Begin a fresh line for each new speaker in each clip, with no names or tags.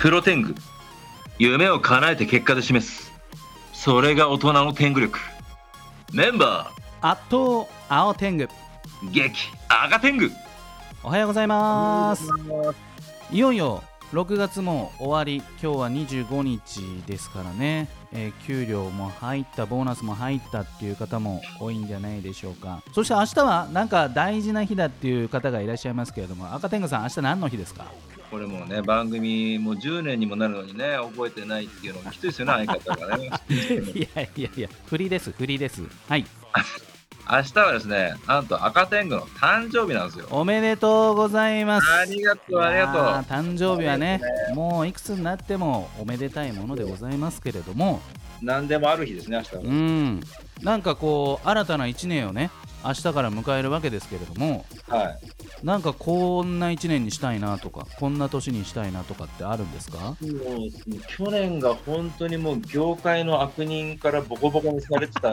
プロテング夢を叶えて結果で示すそれが大人の天狗力メンバ
圧倒青天狗
ー激赤天狗
おはようございますいよいよ6月も終わり今日は25日ですからね、えー給料も入ったボーナスも入ったっていう方も多いんじゃないでしょうかそして明日はなんか大事な日だっていう方がいらっしゃいますけれども赤天狗さん明日何の日で すか
これもうね番組もう10年にもなるのにね覚えてないっていうのもきついですよ ね相方がね
いやいやいや振りです振りですはい
明日はですねなんと赤天狗の誕生日なんですよ
おめでとうございます
ありがとうあり
いや
が
ー誕生日はねもういくつになってもおめでたいものでございますけれども
とう何でもある日ですね明日
う
は
んなんかこう新たな1年をね明日から迎えるわけですけれども
はい
なんかこんな1年にしたいなとかこんな年にしたいなとかってあるんですか
もう去年が本当にもう業界の悪人からボコボコにされてた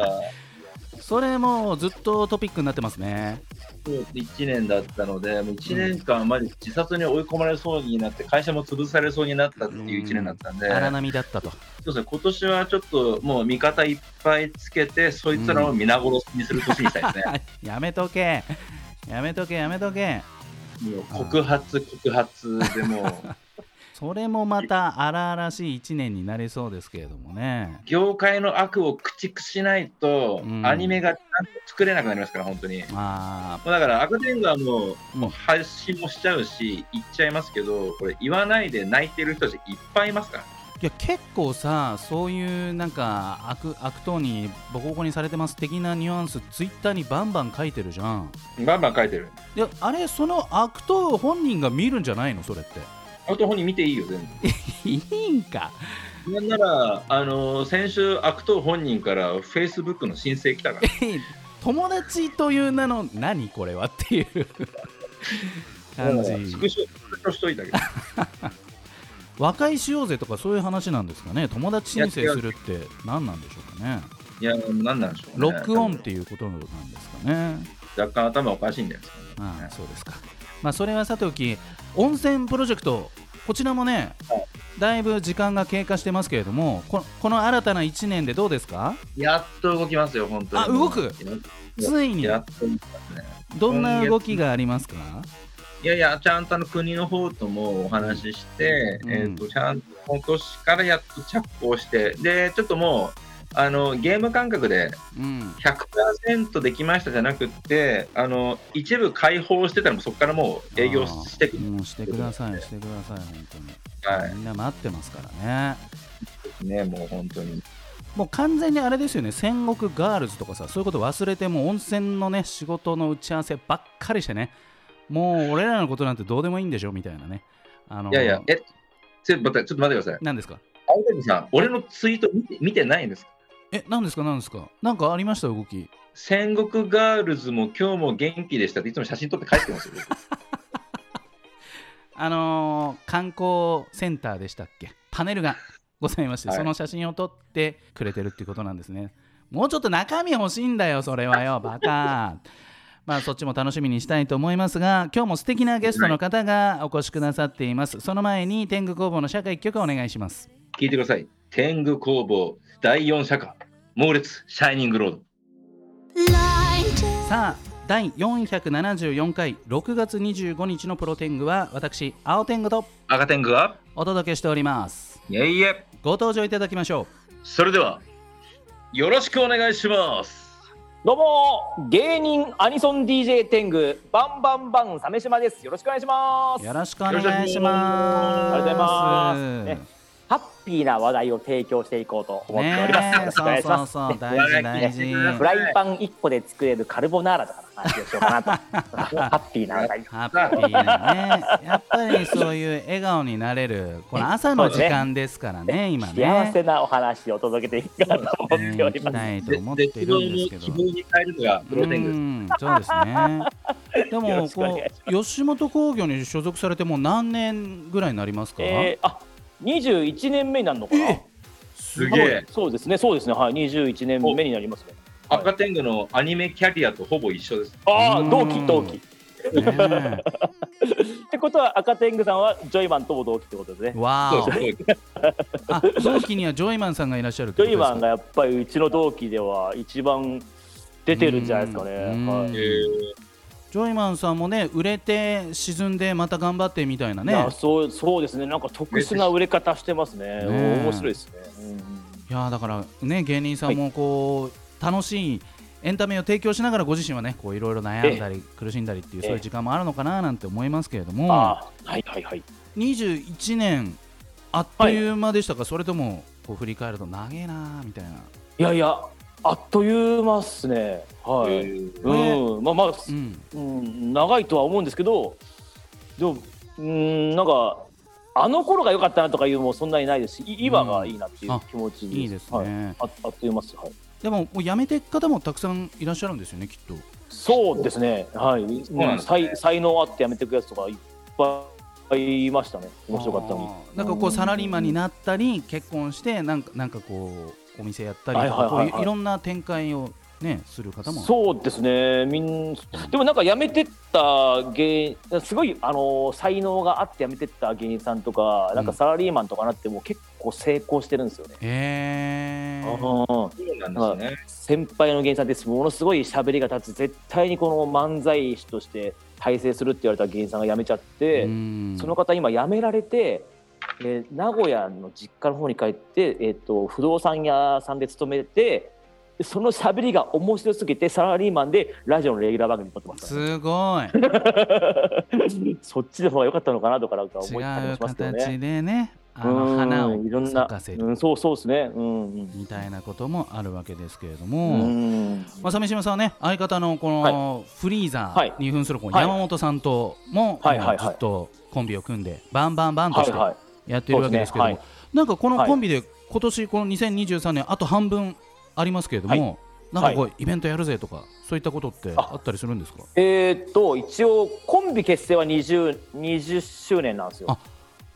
それもうずっとトピックになってますね
1年だったので、もう1年間、まで自殺に追い込まれそうになって、会社も潰されそうになったっていう1年だったんで、
荒波だったと
そうですね、今年はちょっともう味方いっぱいつけて、そいつらを皆殺しにする年にしたいですね。
やめとけやめとけやめとけ
もう告発、告発でもう、
それもまた荒々しい1年になりそうですけれどもね
業界の悪を駆逐しないと
う、ん
アニメがちゃんと作れなくなりますから、本当に。
ま
もうだから赤天狗はも
う
うんもう発信もしちゃうし言っちゃいますけどこれ言わないで泣いてる人たちいっぱいいますから
あいや結構さそういうなんか悪悪党にボコボコにされてます的なニュアンスツイッターにバンバン書いてるじゃん
バンバン書いてる
であれその悪党本人が見るんじゃないのそれって
あと本人見ていいよ全部
いいんか
なんなら、あのー先週悪党本人からフェイスブックの申請来たから
友達という名の何これはっていう感
もう
じ
スクショスクショしといたけど
和解しようぜとかそういう話なんですかね友達申請するって何なんでしょうかね
いや何なんでしょうね
ロックオンっていうことなんですかね
若干頭おかしいんじゃないですか
ああそうですか、まあ、それはさておき温泉プロジェクトこちらもねだいぶ時間が経過してますけれどもここの新たな1年でどうですか
やっと動きますよ本当に
あ動く
や
ついに
やっと動きますね
どんな動きがありますか
いやいや、ちゃんとあの国の方ともお話しして、
うん
えっ、と、ちゃんと今年からやっと着工して、で、ちょっともう、あの、ゲーム感覚で
うん
100%できましたじゃなくって、あの、一部開放してたらもうそこからもう営業してくる。
もうしてくださいしてください本当に、
は
みんな待ってますからね
い。ね、もう本当に。
もう完全にあれですよね戦国ガールズとかさそういうこと忘れてもう温泉のね仕事の打ち合わせばっかりしてねもう俺らのことなんてどうでもいいんでしょみたいなねあの
いやいや、え、ちょっと待って、ちょっと待ってください。
何ですか
青谷さん、俺のツイート見て見てないんですか
え何ですか何ですかなんかありました動き
戦国ガールズも今日も元気でしたっていつも写真撮って帰ってます よ。
あのー観光センターでしたっけパネルがございまして、
はい
その写真を撮ってくれてるっていうことなんですねもうちょっと中身欲しいんだよそれはよバカまあそっちも楽しみにしたいと思いますが今日も素敵なゲストの方がお越しくださっていますその前に天狗工房の社会一曲お願いします
聞いてください。天狗工房第4社歌猛烈シャイニングロード。
さあ第474回6月25日のプロテングは私青天狗と
赤天狗は
お届けしております
いえいえ。
ご登場いただきましょう
それではよろしくお願いします。
どうも芸人アニソン DJ 天狗バンバンバン鮫島ですよろしくお願いします
よろしくお願いします。
ありがとうございますねハッピーな話題を提供していこうと思っております、
ねえ、
よろしく
そ
お願
う
いし
そう
ます
そう、
ね
大事大事。
フライパン一個で作れるカルボナーラとかの話をしよう かなとハッピーな話題
ハッピーなね、やっぱりそういう笑顔になれる、この朝の時間ですからね、今
幸せ
ね。
なお話を届けていこうかなと思ってお
行
り
き
ます、
たいと
で
思って
絶
い
望
る
に
んですけ
希
ど
望。に変えるのがプロテングです。
う んそうですね。で
よ
も
ろしくお願い
こ
し
う吉本興業に所属されてもう何年ぐらいになりますか。
えー、あ21年目になるのかな、
え
す
す
げ
は
え
い。そうですねそうですねはい21年目になりますね
赤天狗のアニメキャリアとほぼ一緒です。
ああ
うん
同期同期
ね
ってことは赤天狗さんはジョイマンと同期ってことです
え
ね。
わーお
そうです
あ同期にはジョイマンさんがいらっしゃるって
ジ
ことで
ョイ
すか
マンがやっぱりうちの同期では一番出てるんじゃないですかね。
うん
は
うん
い
えー
ジョイマンさんもね売れて沈んでまた頑張ってみたいなね
いやそうそうですねなんか特殊な売れ方してますね
え
面白いですね、
いやーだからね芸人さんもこう、楽しいエンタメを提供しながらご自身はねこういろいろ悩んだり苦しんだりっていう
ええ
そういう時間もあるのかななんて思いますけれど
うん
も
あーはいはいはい
21年あっという間でしたか、それともこう振り返ると長えなーみたいな、
いやいやあっという間っすねはい、
えー
うんまあまあ、
うん、
うん、長いとは思うんですけどでもうんなんかあの頃が良かったなとかいうのもそんなにないですしい今がいいなっていう気持ち
いいですね、
はい、ああっという間っす、はい、
でももう辞めていく方もたくさんいらっしゃるんですよねきっと
そうですねはい、
うなん
うん
ですね
才才能あってやめてくやつとかいっぱいいましたね面白かったのに。
あーなんかこうサラリーマンになったり結婚してなんかなんかこうお店やったりと
は
か
い
こ
は
う
いはい
い
はい
ういろんな展開をねする方も
そうですねみんでもなんか辞めてった芸すごい、あのー才能があって辞めてった芸人さんとか、なんかサラリーマンとかなっても結構成功してるんですよね。
へえ
うん
そうなんですね。
先輩の芸人さんってものすごい喋りが立つ絶対にこの漫才師として大成するって言われた芸人さんが辞めちゃって、その方今辞められて、えー名古屋の実家の方に帰って、えー、と不動産屋さんで勤めてでその喋りが面白すぎてサラリーマンでラジオのレギュラー番組に撮ってますからね、
すごい
そっちの方が良かったのかなとかなんか
違
思ったりも
う
しますけど
形
ね。
でねあの花
う
を
んいろん
咲
な
かせ
う
る
ん、そうそうですね。うんうん
みたいなこともあるわけですけれど
う
も、
ん、
まあ、鮫島さんはね相方のこのフリーザ
はい
ーに扮するこの
はい
山本さんとも
はいはいはい
ずっとコンビを組んでバンバンバンと
は
し
い
て
はい。
やっているわけですけども、
そうで
なんかこの
はい
コンビで今年この2023年あと半分ありますけれども、なんかこうイベントやるぜとかそういったことってあったりするんですか
えー、と一応コンビ結成は 20, 20周年なんですよ
あ。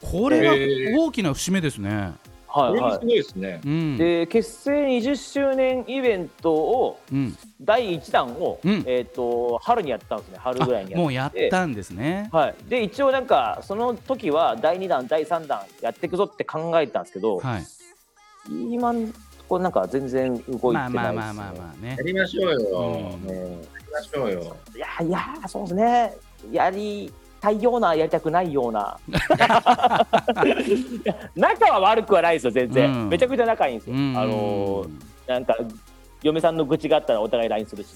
これは
へ
大きな節目ですね、
は
こ
い
れもす
は
ごいですね。
うん
い、で結成20周年イベントを
うん、
第1弾を、
うん
えー、と春にやったんですね春ぐらいに
あ
や
も
っ
うやったんですね、
はい、で一応なんかその時は第2弾第3弾やっていくぞって考えたんですけど、
はい、
今のところなんか全然動いてないです、ね
まあまあまあまあまあね
やりましょうよ。
うん
ねやりましょうよ。
いやいやそうですねやりたいようなやりたくないよう ないや仲は悪くはないですよ全然、
うん
めちゃくちゃ仲いいんです
う
よ、
ん
あのーなんか嫁さんの愚痴があったらお互い LINE するし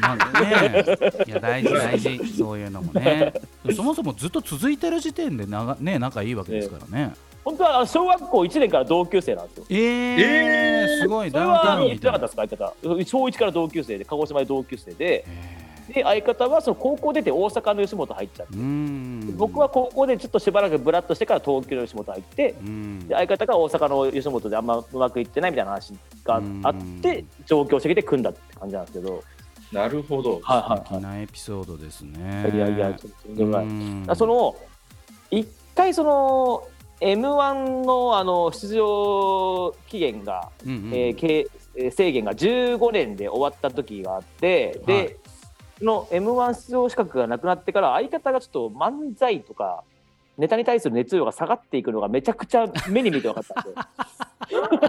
まあね、いや大事大事そういうのもねそもそもずっと続いてる時点でながね仲いいわけですからね
本当はあの小学校1年から同級生なんですよ
えー、
えー
すごい
それ
ダウンタ
は
ウン
言っ
み
てな
た
か
い
った
な
ですか相方小1から同級生で鹿児島で同級生で
え
で相方はその高校出て大阪の吉本入っちゃって
ーうーん
僕は高校でちょっとしばらくブラッとしてから東京の吉本入って
うん
で相方が大阪の吉本であんまうまくいってないみたいな話があって上京してきて組んだって感じなんですけど
なるほど。
素
は
敵なエピソードです
い
ね
は。いいやいやちょっととんでもない
うん
あその一回その m 1のあの出場期限が、
うんうん
えーけえー制限が15年で終わった時があってで、
はい
その m 1出場資格がなくなってから相方がちょっと漫才とかネタに対する熱量が下がっていくのがめちゃくちゃ目に見て分かったんですよ。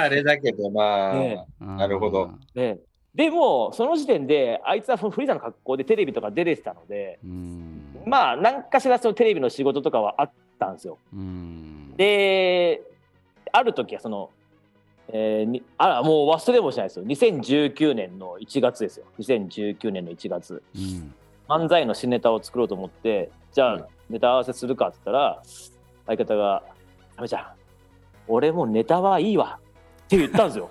あれだけど、まあ、
ね
なるほど。
ねでもその時点であいつはそのフリーザの格好でテレビとか出れてたので
うん
まあ何かしらそのテレビの仕事とかはあったんですよ。
うん
である時はその、えーにあらもう忘れもしないですよ2019年の1月ですよ2019年の1月
うん
漫才の新ネタを作ろうと思ってじゃ
うん
あネタ合わせするかって言ったら相方が「ダメじゃん俺もうネタはいいわ」って言ったんです よ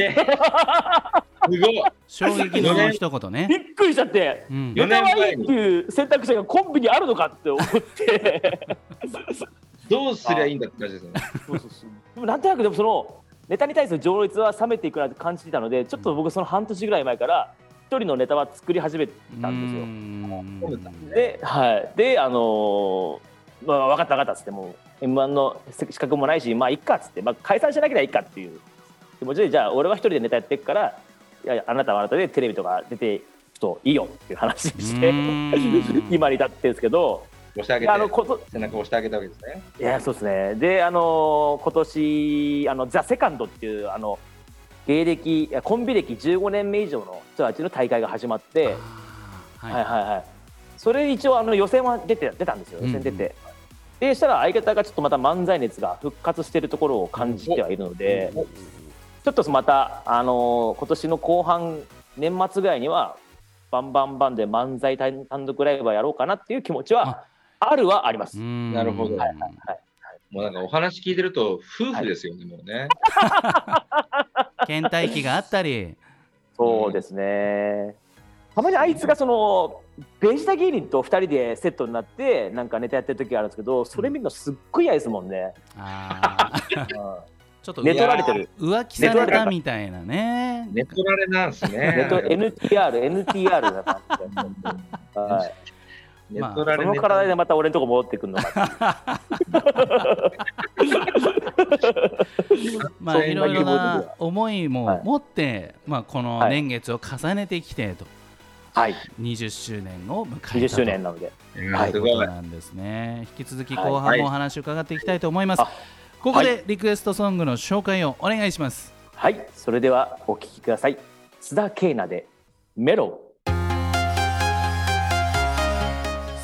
えすご い。
衝撃の一言ね。
びっくりしちゃって
うん
よ
ネタはいいっていう選択肢がコンビにあるのかって思って
どうすりゃいいんだって感じですね。
そうそうそうでもなんとなくでもそのネタに対する情熱は冷めていくなって感じてたのでちょっと僕その半年ぐらい前から一人のネタは作り始めた
うんん
ですよ。で,、はい、であのーまあ、分かった分かったっつってもう m 1の資格もないしまあいっかっつって、まあ、解散しなきゃいいかっていう気持ちでじゃあ俺は一人でネタやってくからいやあなたはあなたでテレビとか出てといいよっていう話
う
して、
ーん
今に至ってるんですけど、
押してあげ
あの
て、
こと
背中を押してあげたわけですね。
いやそうですね。であの今年あのザセカンドっていうあの芸歴いやコンビ歴15年目以上の人たちの大会が始まって、
は
はいはい
い
はい。それ一応あの予選は出て出たんですよ。
うん
予選出て。でしたら相方がちょっとまた漫才熱が復活してるところを感じてはいるので、
お
ちょっとまた、あのー今年の後半年末ぐらいにはバンバンバンで漫才単単独ライブはやろうかなっていう気持ちはあるはありま
う
す。
ーん
なるほど
はい
もうなんかお話聞いてると、夫婦ですよね、もうね。
倦怠期があったり
そうですね。たまにあいつがそのベジタ芸人と2人でセットになってなんかネタやってる時があるんですけどそれ見るのすっごい嫌ですもん ね。
あーちょっと
寝取られてる。
浮気されたみたいなね
寝取られなんですね。
ネト NTR、NTR な感じ で。はい、
寝取ら
そ
れ
の
寝取ら
体
れ
でまた俺のとこ戻ってくるのか。
ま
そ
あ
んない
ろいろ
希望
な
で
思い
は
も
い
持って、まあ、この
はい
年月を重ねてきてと
はい、
20周年を迎え
20
た
周年なので。
はい
という
す
こ
ごい
となんですね引き続き
はい
後半もお話伺っていきたいと思います、
あ
ここでリクエストソングの紹介をお願いします、
はい、それではお聞きください。須田慶奈でメロ。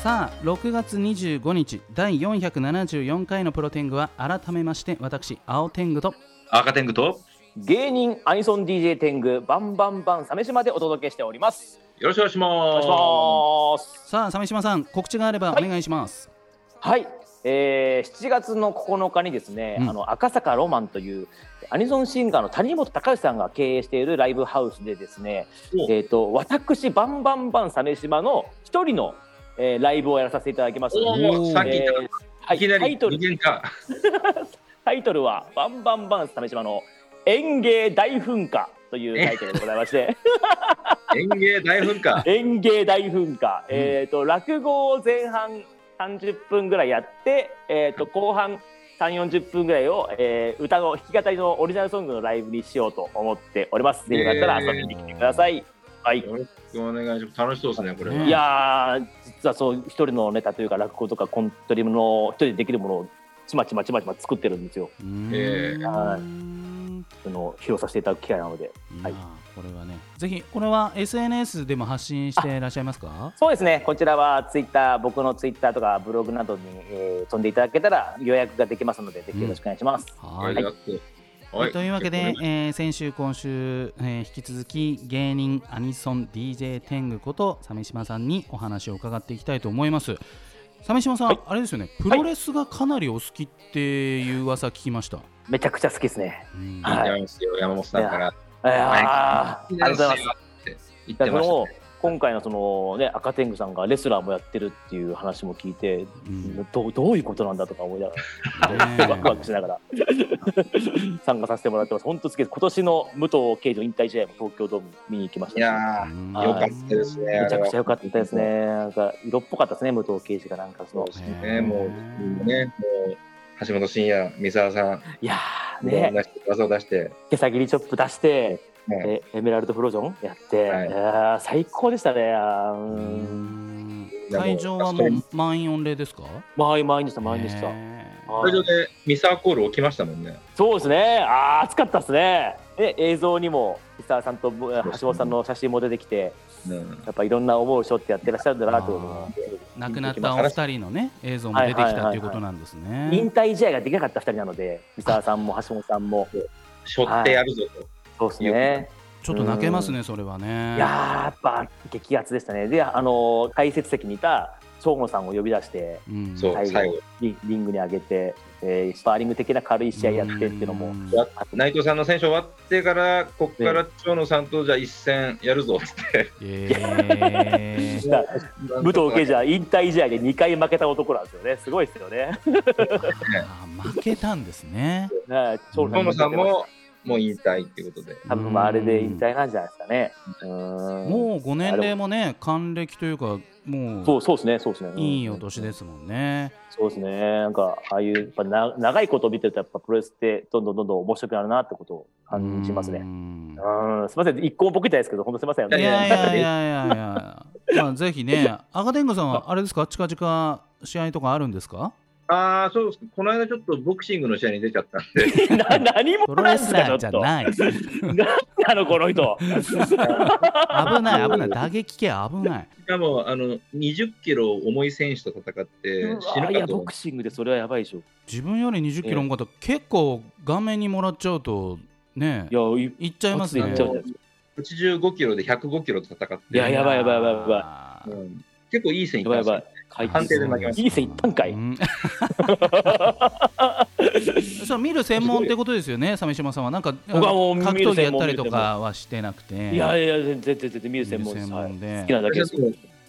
さあ6月25日第474回のプロテングは改めまして私青天狗と
赤天狗と
芸人アニソン DJ 天狗バンバンバン鮫島でお届けしております。
よろしくお願いし
お願
ま
い
す
します。
さあ鮫島さん告知があればお願いします、
はい、えー、7月の9日にですね、
うん
あの赤坂ロマンというアニソンシンガーの谷本隆義さんが経営しているライブハウスでですね、
お
えっ、と私バンバンバン鮫島の一人の、えーライブをやらさせていただきます。
おーさっき言っ
え
た
ーはい
いきなり
タイトル
人間か。
タイトルは「バンバンバン鮫島の園芸大噴火」というタイトルでございまして
園芸大噴火。
園芸大噴火、えー、と落語を前半30分ぐらいやって、えー、と後半3 4 0分ぐらいを、えー歌の弾き語りのオリジナルソングのライブにしようと思っております。ぜひよかったら遊びに来てください。はい
よろしくお願いします。楽しそうですね、これは。
ね
いやー実はそう一人のネタというか落語とかコントリの一人でできるものをちまちまちまちま作ってるんですよ。
うーん
え
は
いう
あの披露させていただく機会なので。
やー
はい
これはねぜひこれは SNS でも発信していらっしゃいますか
そうですね、こちらはツイッター、僕のツイッターとかブログなどに、えー飛んでいただけたら予約ができますので、ぜひよろしくお願いします。
は
やってはい
というわけで、えー先週、今週、えー引き続き芸人アニソン DJ 天狗こと鮫島さんにお話を伺っていきたいと思います。鮫島さん、
はい
あれですよね、プロレスがかなりお好きっていう噂聞きました。
めちゃくちゃ好きですね。
うん
はい
やりますよ山本さんから。
いやーありがとうございます。
って言っ
だ
て
か
ま
ら
し
その
たね。
今回のその、ね、赤天狗さんがレスラーもやってるっていう話も聞いて、
うんね
どうどういうことなんだとか思いながら、ワクワクしながら 参加させてもらってます。本当好きです。今年の武藤敬司の引退試合も東京ドーム見に行きまし
い
たし。
や
うん
ー、よかったですね。
めちゃくちゃ良かったですね。なんか色っぽかったですね、武藤敬司がなんかそ
そう
の
で。すね、もう、ね、もう、橋本真也、三沢さん、
いやー
いろ
ね
ん。な人技を出して、
毛先りチョップ出して、
ね、
えエメラルドフロージョンやって、
はい
いやー最高でしたね。あーう
うんん会場はもう満員御礼ですか
満員満員でした満員でした。
へー
会場
はい
で三沢コール起きましたもんね。
そうですね。あー暑かったですね。で映像にも石沢さんと
すね
橋本さんの写真も出てきて、
うん、
やっぱいろんな思う人ってやってらっしゃるんだなと思って。
亡くなったお二人のね映像も出てきたということなんですね。
引退試合ができなかった二人なので、石沢さんも橋本さんも。
しょってやるぞと。
そうですね。
ちょっと泣けますね、それはね。
いやーやっぱ激アツでしたね。で、あのー解説席にいた省吾さんを呼び出して、
うん
そう、
はい
最後。
リリングに上げて、えースパーリング的な軽い試合やってっていうのも、
ん
や内藤さんの選手終わってから、こっから長野さんとじゃあ一戦やるぞっつって。
え
だ武藤敬司は引退試合で2回負けた男なんですよね、すごいですよね。
あー負けたんですね。
はい
長
長
野
野
さ
さ
ん
んも
も、もう引退っていうことで。
多分まああれで引退なんじゃないですかね。うん
もうご年齢もね、還暦というか、も
そううそうですね、そうですね。うん
いいお年ですもんね。
そうですね、なんかああいうやっぱな長いことを見てると、やっぱプロレスってどんどんどんどん面白くなるなってことを感じますね。
うん
うんすみません、一個も僕じゃないですけど、本当すみません。
いやいやいやい
や。
やいや まあぜひね、赤天狗さんはあれですか、近々試合とかあるんですか
ああ、そうです。この間ちょっとボクシングの試合に出ちゃったんで、
な何
プ
も
ロ
な
レ
い
ス
す
ラ
か、
ー
ち
じ
ょ
ゃ
っと。
ない。危
あの、この人。
ない、危ない、打撃系危ない。
しかもあの20キロ重い選手と戦って
うわ
死ぬか
いや、
と
ボ
思
クシングでそれはやばいでしょ。
自分より20キロの方、結構画面にもらっちゃうと、ね
い、や、い
いっちゃいます
い
ね
っちゃうじゃ。ないですか。
う。85キロで105キロと戦って、
いややばいやばいやばいや
う
ば
ん結構いい線いっ
や
たん
ばい
ですよ
やばい。会
判定で負けました
いい線一般かい。
うんそれ見る専門ってことですよね、鮫島さんは。なんか、あ
僕は
の
もう見る
格闘技や
専
っ
門
たりとかはしてなくて。
いやいや、全然、全然、見る専門
見
で
る
す。
専
はい
門で
好きなだけです。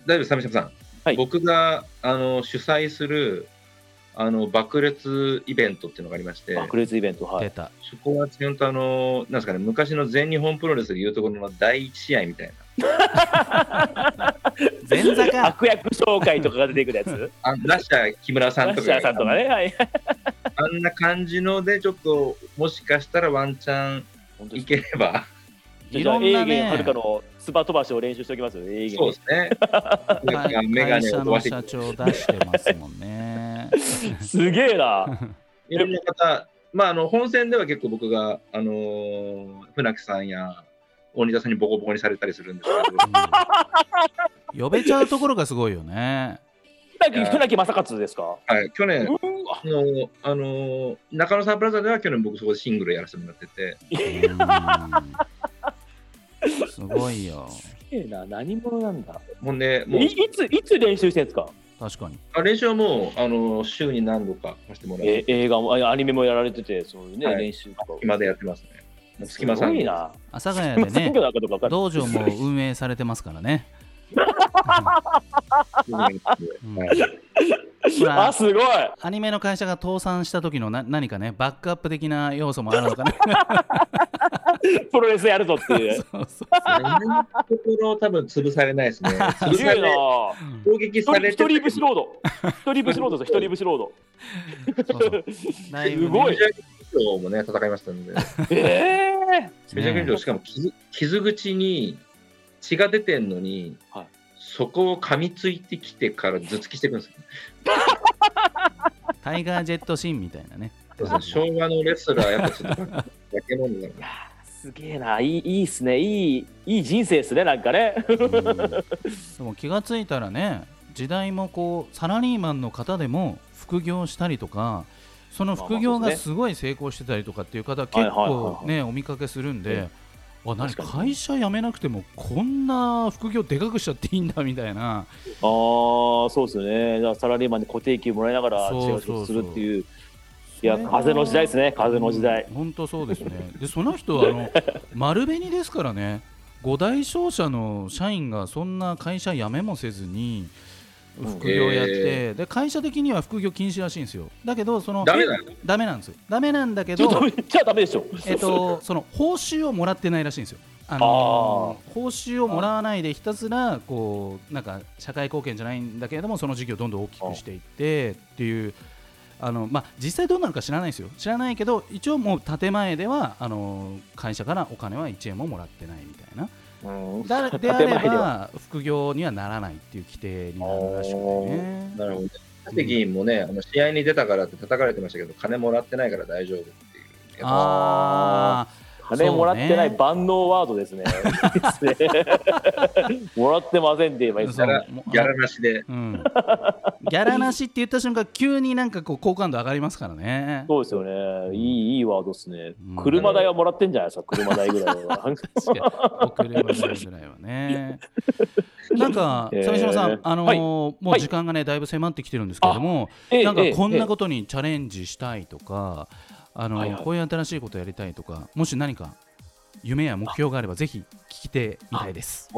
だいぶ鮫島さん、
はい
僕があの主催するあの爆裂イベントっていうのがありまして、
爆裂イベント、は
出
い。
た。
そこはちゃんとあのなんですかね昔の全日本プロレスでいうところの第一試合みたいな。
前座か。
悪役紹介とかが出てくる やつ。
あラッシャー木村さん
ラ
と
ッ
か
シャーさんとかね。はい。
あんな感じのでちょっともしかしたらワンチャンいければ
い
じゃ
ろ
あ、
んな
永遠は
ね
る、かのスパ飛ばしを練習しておきますよ。永
そう
遠
で。すね
会
メガ
会
ネを
社
飛ば
の
して
社長出してますもんね。
すげえな。
いろんな方まああの本戦では結構僕があのー船木さんや鬼田さんにボコボコにされたりするんです けど
うん呼べちゃうところがすごいよね。
船木、船木正勝ですか。
はい去年
うわ。
のあのー中野サンプラザでは去年僕そこでシングルやらせてもらってて
うんすごいよ。
すげえな、何者なんだ。
ほんでもう
いいつ、いつ練習してんですか。
確かに。
あ練習はもうあのー週に何度かさせてもらって
え映画もあアニメもやられてて、そういうね、
はい
練習とか。
今でやってますね隙間
す
さん
ごいな。
阿佐ヶ
今
谷で
選
ね
挙、なんかとか分かる。
道場も運営されてますからね。 うん
はい
ほら
あ、すごい。
アニメの会社が倒産した時のな何かね、バックアップ的な要素もあるの かな。
プロレスやるぞっていう。
そうそう
今のところ多分潰されない ですね。潰
すげ
さ
え
れ。
な
攻撃さ
一
れ
人
て
一人節ロード。一人節ロードです。一人節ロ ード。
そうそうだいぶね
すごい
今日もね戦いましたので、
ええ
スペシャル劇場しかも傷傷口に血が出てんのに、
はい
そこを噛みついてきてから頭突きしてくるんですよ。
タイガージェットシーンみたいなね。
そうです ね昭和のレスラーやっぱちょっと化け物だな。
すげえな。いい、いいっすね。いい、いい人生ですね。なんかね。
でも気がついたらね時代もこうサラリーマンの方でも副業したりとかその副業
まあまあそう
が
です
すごい成功してたりとかっていう方結
はいはいはいはい
構ねお見かけするんで。あ何
確かに
会社辞めなくてもこんな副業でかくしちゃっていいんだみたいな
ああ、そうですよね。だからサラリーマンに固定給もらいながら、
そう
違
そうう
仕
そう
事するっていう。いや、風の時代ですね。風の時代。
本当そうですねでその人はあ の丸紅ですからね五大商社の社員がそんな会社辞めもせずに副業やって、で会社的には副業禁止らしいんですよだけどその
ダメだよ。
ダメなんですよダメなんだけ
ちょっ
ど
と、じゃあダメでしょ。
えっと、その報酬をもらってないらしいんですよ。あの報酬をもらわないでひたすらこうなんか社会貢献じゃないんだけれどもその事業をどんどん大きくしていってっていうあの、まあ、実際どうなるか知らないですよ知らないけど一応もう建前ではあの会社からお金は1円ももらってないみたいな
うん
だであれ
建前で
ば副業にはならないっていう規定になるらしくてね。
なるほど。縦議員もね、あの試合に出たからって叩かれてましたけど、金もらってないから大丈夫っていう。
あー
金もらって
そ
ない
うね
万能ワード ですね。いいですねもらってませんって言えばいいです
そ
ね。
ら
うもう
ギャラなしで。
うん、ギャラなしって言った瞬間急になんかこう好感度上がりますからね。
そうですよね。いい、いいワードですね
うん。
車代はもらってんじゃないですか。車代ぐら いは。
確かに遅ればせるぐらいはね。なんか、
えー
鮫島さん、あの
はい
もう時間がね、だいぶ迫ってきてるんですけれども、
ええ
なんかこん
ええ
なことにチャレンジしたいとか、あの
はいはい
こういう新しいことやりたいとか、もし何か夢や目標があれば、ぜひ聞きてみたいです。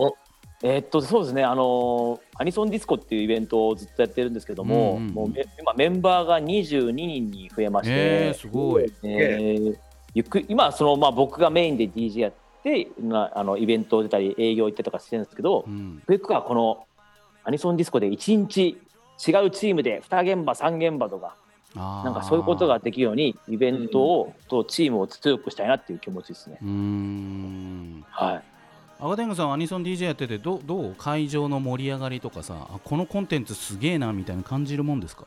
えーっとそうですね、あのーアニソンディスコっていうイベントをずっとやってるんですけども、
うんうん
もうめ今メンバーが22人に増えまして、
えー、すごい。
えーゆっくり今はその、まあ、僕がメインで DJ やって、まあ、あのイベント出たり営業行ってとかしてるんですけど、
うん、
僕はこのアニソンディスコで1日違うチームで2現場3現場とか
な
なんかそういうことができるようにイベントをとチームを強くしたいなっていう気持ちですね。
うーん
はい、
赤天狗さんはアニソン DJ やっててどうどう会場の盛り上がりとかさあこのコンテンツすげえなみたいな感じるもんですか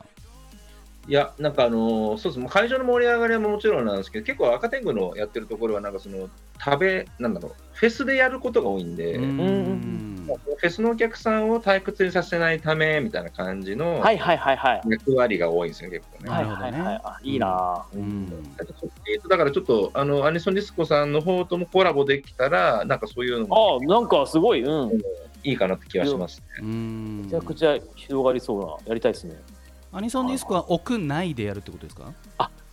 いや、なんかあのーそうですもう会場の盛り上がりはもちろんなんですけど、結構赤天狗のやってるところは、なんかその、食べ、なんだろう、フェスでやることが多いんで、
うーん
もうフェスのお客さんを退屈にさせないためみたいな感じの
はいはいはいはい。
役割が多いんですよ、結構ね。
な
はい
るほど
は
ね
いはい。あいいなぁ、
う
うん
ん
えーとだからちょっとあのアニソンディスコさんの方ともコラボできたらなんかそういうのも
あなんかすごい、うん。
いいかなって気はします、
うーん
めちゃくちゃ広がりそうな、やりたいですね。
アニソンディスコは屋内でやるってことですか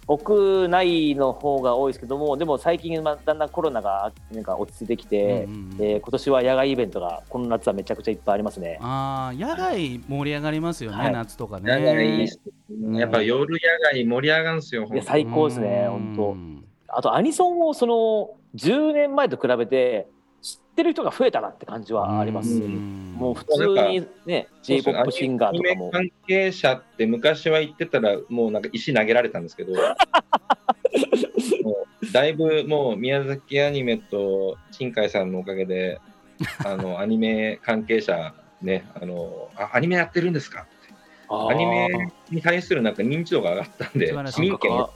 屋内の方が多いですけども、でも最近、まあ、だんだんコロナがなんか落ち着いてきて、
うんうんうん
で今年は野外イベントが、この夏はめちゃくちゃいっぱいありますね。
あー野外盛り上がりますよね、
はい
夏とかね。
野外いいっす
うん
ねやっぱ夜野外盛り上がるんすよ
いや、
本当
最高ですね、本当。あとアニソンをその10年前と比べて知ってる人が増えたなって感じはあります。もう普通にね、
そう
j
っす
p o
ね
p シンガーとかも
アニメ関係者って昔は言ってたらもうなんか石投げられたんです けどもうだいぶもう宮崎アニメと新海さんのおかげであのアニメ関係者ねあのあアニメやってるんですか
あー
アニメに対するなんか認知度が上がったんで
素晴らしい
市民権
あ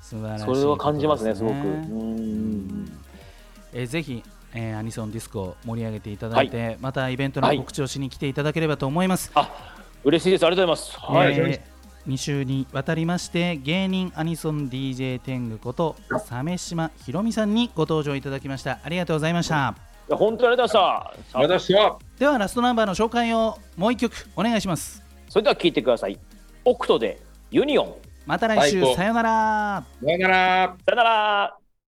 素晴らしい
それは感じますね、す
こと
ご
で
く。うん
えーぜひ、えーアニソンディスコを盛り上げていただいて、またイベントの告知をしに来ていただければと思います。
嬉しいです、ありがとうございます。はい、
え2週にわたりまして芸人アニソン DJ 天狗こと鮫島ひろみさんにご登場いただきましたありがとうございました
いや本当にありがとうござ
あ
いました。
りがとうございました
ではラストナンバーの紹介をもう一曲お願いします
それでは聞いてください。オクトでユニオン。
また来週
最高
さよなら
さよなら
さよなら。